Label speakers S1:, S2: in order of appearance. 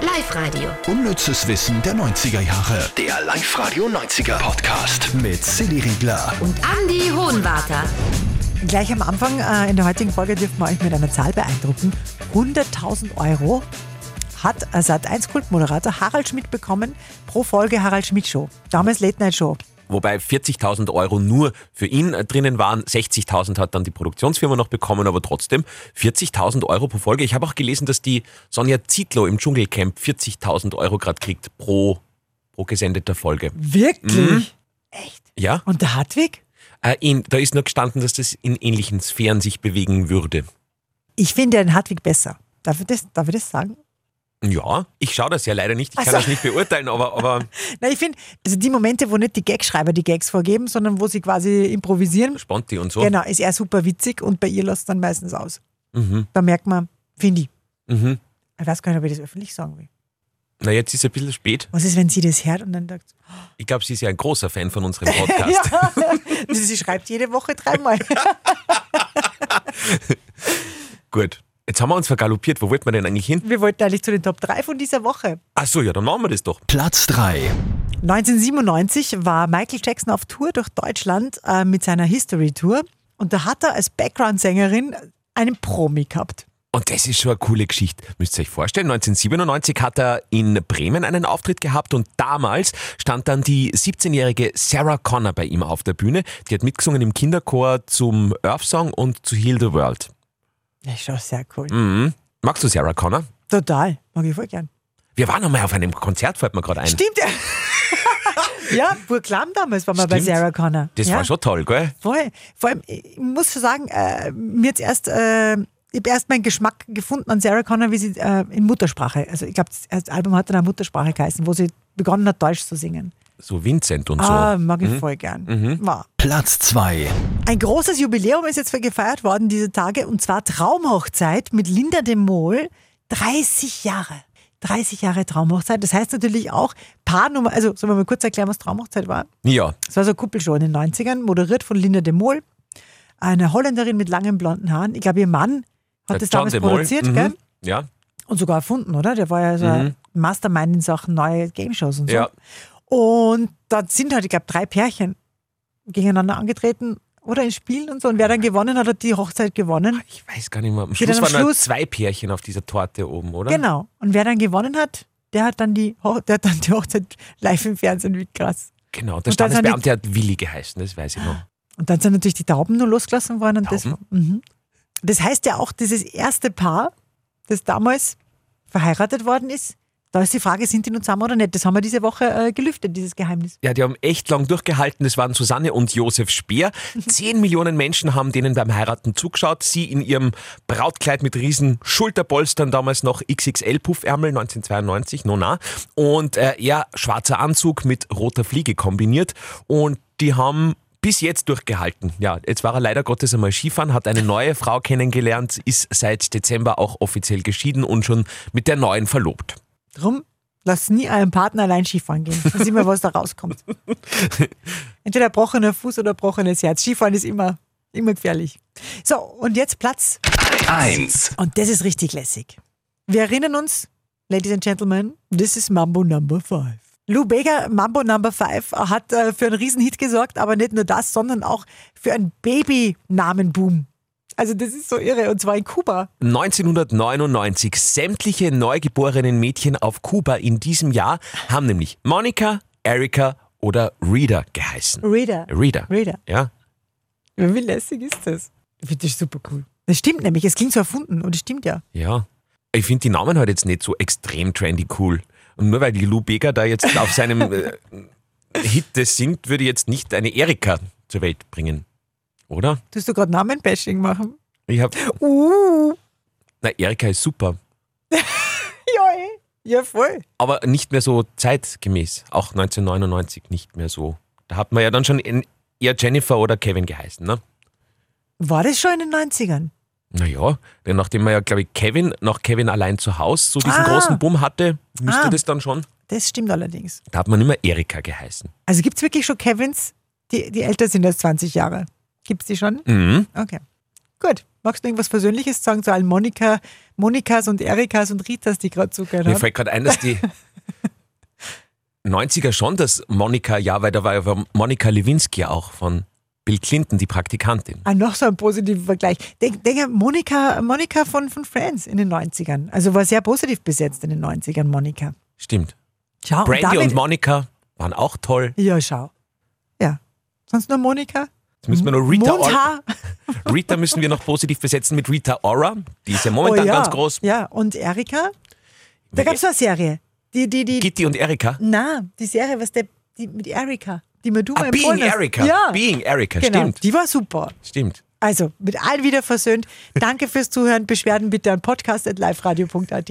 S1: Live-Radio.
S2: Unnützes Wissen der 90er Jahre.
S3: Der Live-Radio 90er Podcast.
S2: Mit Silly Riegler.
S1: Und Andy Hohenwarter.
S4: Gleich am Anfang äh, in der heutigen Folge dürfen wir euch mit einer Zahl beeindrucken. 100.000 Euro hat Sat1 Kultmoderator Harald Schmidt bekommen pro Folge Harald Schmidt Show. Damals Late Night Show.
S5: wobei 40.000 Euro nur für ihn äh, drinnen waren. 60.000 hat dann die Produktionsfirma noch bekommen, aber trotzdem 40.000 Euro pro Folge. Ich habe auch gelesen, dass die Sonja Zietlow im Dschungelcamp 40.000 Euro gerade kriegt pro, pro gesendeter Folge.
S4: Wirklich?
S5: Mhm. Ja,
S4: Und der Hartwig?
S5: äh, in, da ist nur gestanden, dass das in ähnlichen Sphären sich bewegen würde.
S4: Ich finde den Hartwig besser. Darf ich das, darf ich das sagen?
S5: Ja, ich schaue das ja leider nicht. Ich
S4: Ach
S5: kann
S4: so.
S5: das nicht beurteilen, aber, aber
S4: Na, ich finde, also die Momente, wo nicht die Gagschreiber die Gags vorgeben, sondern wo sie quasi improvisieren,
S5: Sponti und so.
S4: genau, ist er super witzig und bei ihr lässt es dann meistens aus.
S5: Mhm,
S4: Da merkt man, finde ich.
S5: mhm.
S4: Ich weiß gar nicht, ob ich das öffentlich sagen will.
S5: Na, jetzt ist es ein bisschen spät.
S4: Was ist, wenn sie das hört und dann sagt,
S5: Ich glaube, sie ist ja ein großer Fan von unserem Podcast.
S4: Ja. Sie schreibt jede Woche dreimal.
S5: Gut. Jetzt haben wir uns vergaloppiert. Wo wollten wir denn eigentlich hin?
S4: Wir wollten eigentlich zu den Top 3 von dieser Woche.
S5: Ach so, ja, dann machen wir das doch.
S2: Platz 3.
S4: 1997 war Michael Jackson auf Tour durch Deutschland äh, mit seiner History Tour und da hat er als Background-Sängerin einen Promi gehabt.
S5: Und das ist schon eine coole Geschichte. Müsst ihr euch vorstellen, 1997 hat er in Bremen einen Auftritt gehabt und damals stand dann die 17-jährige Sarah Connor bei ihm auf der Bühne. Die hat mitgesungen im Kinderchor zum Earth Song und zu Heal the World.
S4: Das ist schon sehr cool.
S5: Mhm. Magst du Sarah Connor?
S4: Total. Mag ich voll gern.
S5: Wir waren einmal auf einem Konzert, fällt mir gerade ein.
S4: Stimmt. ja, Burglam damals waren wir bei
S5: Stimmt.
S4: Sarah Connor.
S5: Das
S4: ja,
S5: war schon toll, gell?
S4: Voll. Vor allem, ich muss schon sagen, äh, mir jetzt erst, äh, ich habe erst meinen Geschmack gefunden an Sarah Connor, wie sie äh, in Muttersprache, also ich glaube, das erste Album hat dann auch Muttersprache geheißen, wo sie begonnen hat, Deutsch zu singen.
S5: So Vincent und so.
S4: Ah, mag ich voll gern. Wow.
S2: Platz 2.
S4: Ein großes Jubiläum ist jetzt gefeiert worden diese Tage und zwar Traumhochzeit mit Linda de Mol. 30 Jahre. 30 Jahre Traumhochzeit. Das heißt natürlich auch Paarnummer. Also, sollen wir mal kurz erklären, was Traumhochzeit war?
S5: Ja,
S4: Es war so eine Kuppelshow in den 90ern, moderiert von Linda de Mol, eine Holländerin mit langen blonden Haaren. Ich glaube, ihr Mann hat das
S5: Äh, John
S4: damals
S5: de Mol.
S4: produziert
S5: Mhm.
S4: gell?
S5: Ja,
S4: und sogar erfunden, oder? Der war ja so ein Mastermind in Sachen neue Game Shows und so.
S5: Mhm. ja.
S4: Und da sind halt, ich glaube, drei Pärchen gegeneinander angetreten oder in Spielen und so. Und wer dann gewonnen hat, hat die Hochzeit gewonnen.
S5: Ich weiß gar nicht mehr. Am
S4: Geht
S5: Schluss
S4: dann am
S5: waren nur
S4: Schluss-
S5: zwei Pärchen auf dieser Torte oben, oder?
S4: Genau. Und wer dann gewonnen hat, der hat dann die, Hoch der hat dann die Hochzeit live im Fernsehen. Wie krass.
S5: Genau,
S4: dann sind die-
S5: der Standesbeamte hat Willi geheißen, das weiß ich noch.
S4: Und dann sind natürlich die Tauben nur losgelassen worden. Und das,
S5: Tauben?
S4: mhm. das heißt ja auch, dieses erste Paar, das damals verheiratet worden ist, da ist die Frage, sind die nun zusammen oder nicht? Das haben wir diese Woche äh, gelüftet, dieses Geheimnis.
S5: Ja, die haben echt lang durchgehalten. Das waren Susanne und Josef Speer. Zehn Millionen Menschen haben denen beim Heiraten zugeschaut. Sie in ihrem Brautkleid mit riesen Schulterpolstern, damals noch XXL-Puffärmel, 1992, nona. Und äh, er, schwarzer Anzug mit roter Fliege kombiniert. Und die haben bis jetzt durchgehalten. Ja, jetzt war er leider Gottes einmal Skifahren, hat eine neue Frau kennengelernt, ist seit Dezember auch offiziell geschieden und schon mit der neuen verlobt.
S4: Drum, lass nie einen Partner allein Skifahren gehen. Dann sehen wir, was da rauskommt. Entweder brochener Fuß oder brochenes Herz. Skifahren ist immer, immer gefährlich. So, und jetzt Platz.
S3: 1.
S4: Und das ist richtig lässig. Wir erinnern uns, Ladies and Gentlemen, this is Mambo Number 5. Lou Bega, Mambo Number 5, hat äh, für einen Riesenhit gesorgt, aber nicht nur das, sondern auch für einen Babynamenboom. Also das ist so irre, und zwar in Kuba.
S5: 1999 sämtliche neugeborenen Mädchen auf Kuba in diesem Jahr haben nämlich Monika, Erika oder Rita geheißen.
S4: Rita.
S5: Rita.
S4: Rita.
S5: Ja.
S4: Wie lässig ist das? Ich finde das super cool. Das stimmt nämlich, es klingt so erfunden und es stimmt ja.
S5: Ja. Ich finde die Namen halt jetzt nicht so extrem trendy cool. Und nur weil die Lou Bega da jetzt auf seinem äh, Hit das singt, würde ich jetzt nicht eine Erika zur Welt bringen. Oder?
S4: Tust du gerade Namenbashing machen?
S5: Ich hab,
S4: Uh,
S5: na, Erika ist super.
S4: ja, eh. ja voll.
S5: Aber nicht mehr so zeitgemäß. Auch 1999 nicht mehr so. Da hat man ja dann schon in- eher Jennifer oder Kevin geheißen, ne?
S4: War das schon in den 90ern?
S5: Naja, denn nachdem man ja, glaube ich, Kevin nach Kevin allein zu Hause so diesen
S4: Ah.
S5: großen Boom hatte, müsste
S4: Ah.
S5: das dann schon.
S4: Das stimmt allerdings.
S5: Da hat man immer Erika geheißen.
S4: Also gibt es wirklich schon Kevins, die, die älter sind als 20 Jahre? Gibt es die schon?
S5: Mhm.
S4: Okay. Gut. Magst du irgendwas Persönliches sagen zu allen Monika, Monikas und Erikas und Ritas, die gerade zugehört
S5: Mir
S4: haben?
S5: fällt gerade ein, dass die 90er schon das Monika-Jahr, weil da war ja Monika Lewinsky auch von Bill Clinton, die Praktikantin.
S4: Ah, noch so ein positiver Vergleich. Denk, denk an Monika, Monika von, von Friends in den 90ern. Also war sehr positiv besetzt in den 90ern, Monika.
S5: Stimmt.
S4: Schau,
S5: Brandy
S4: damit,
S5: und Monika waren auch toll.
S4: Ja, schau. Ja. Sonst nur Monika?
S5: Jetzt müssen wir nur Rita Ora.
S4: Mundhaar?
S5: Rita müssen wir noch positiv besetzen mit Rita Ora. Die ist ja momentan
S4: Oh ja.
S5: ganz groß.
S4: Ja, und Erika? Da gab es eine Serie. Die, die, die,
S5: Kitty und Erika.
S4: na, die Serie, was der, die mit Erika, die mir du mal
S5: Ah, Being
S4: empfohlen hast.
S5: Erika.
S4: Ja,
S5: Being Erika,
S4: genau.
S5: stimmt.
S4: Die war super.
S5: Stimmt.
S4: Also, mit allen wieder versöhnt. Danke fürs Zuhören. Beschwerden bitte an podcast.liferadio.at.